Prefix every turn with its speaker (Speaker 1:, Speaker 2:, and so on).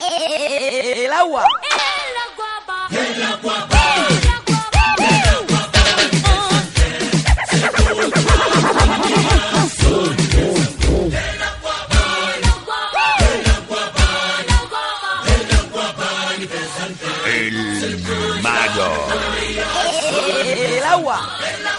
Speaker 1: El agua.
Speaker 2: El agua va, el agua va, el sol va, el sol va. El agua va, el agua va, el agua va, el agua va, el agua va y del santo.
Speaker 3: El mago.
Speaker 1: El agua.
Speaker 2: El agua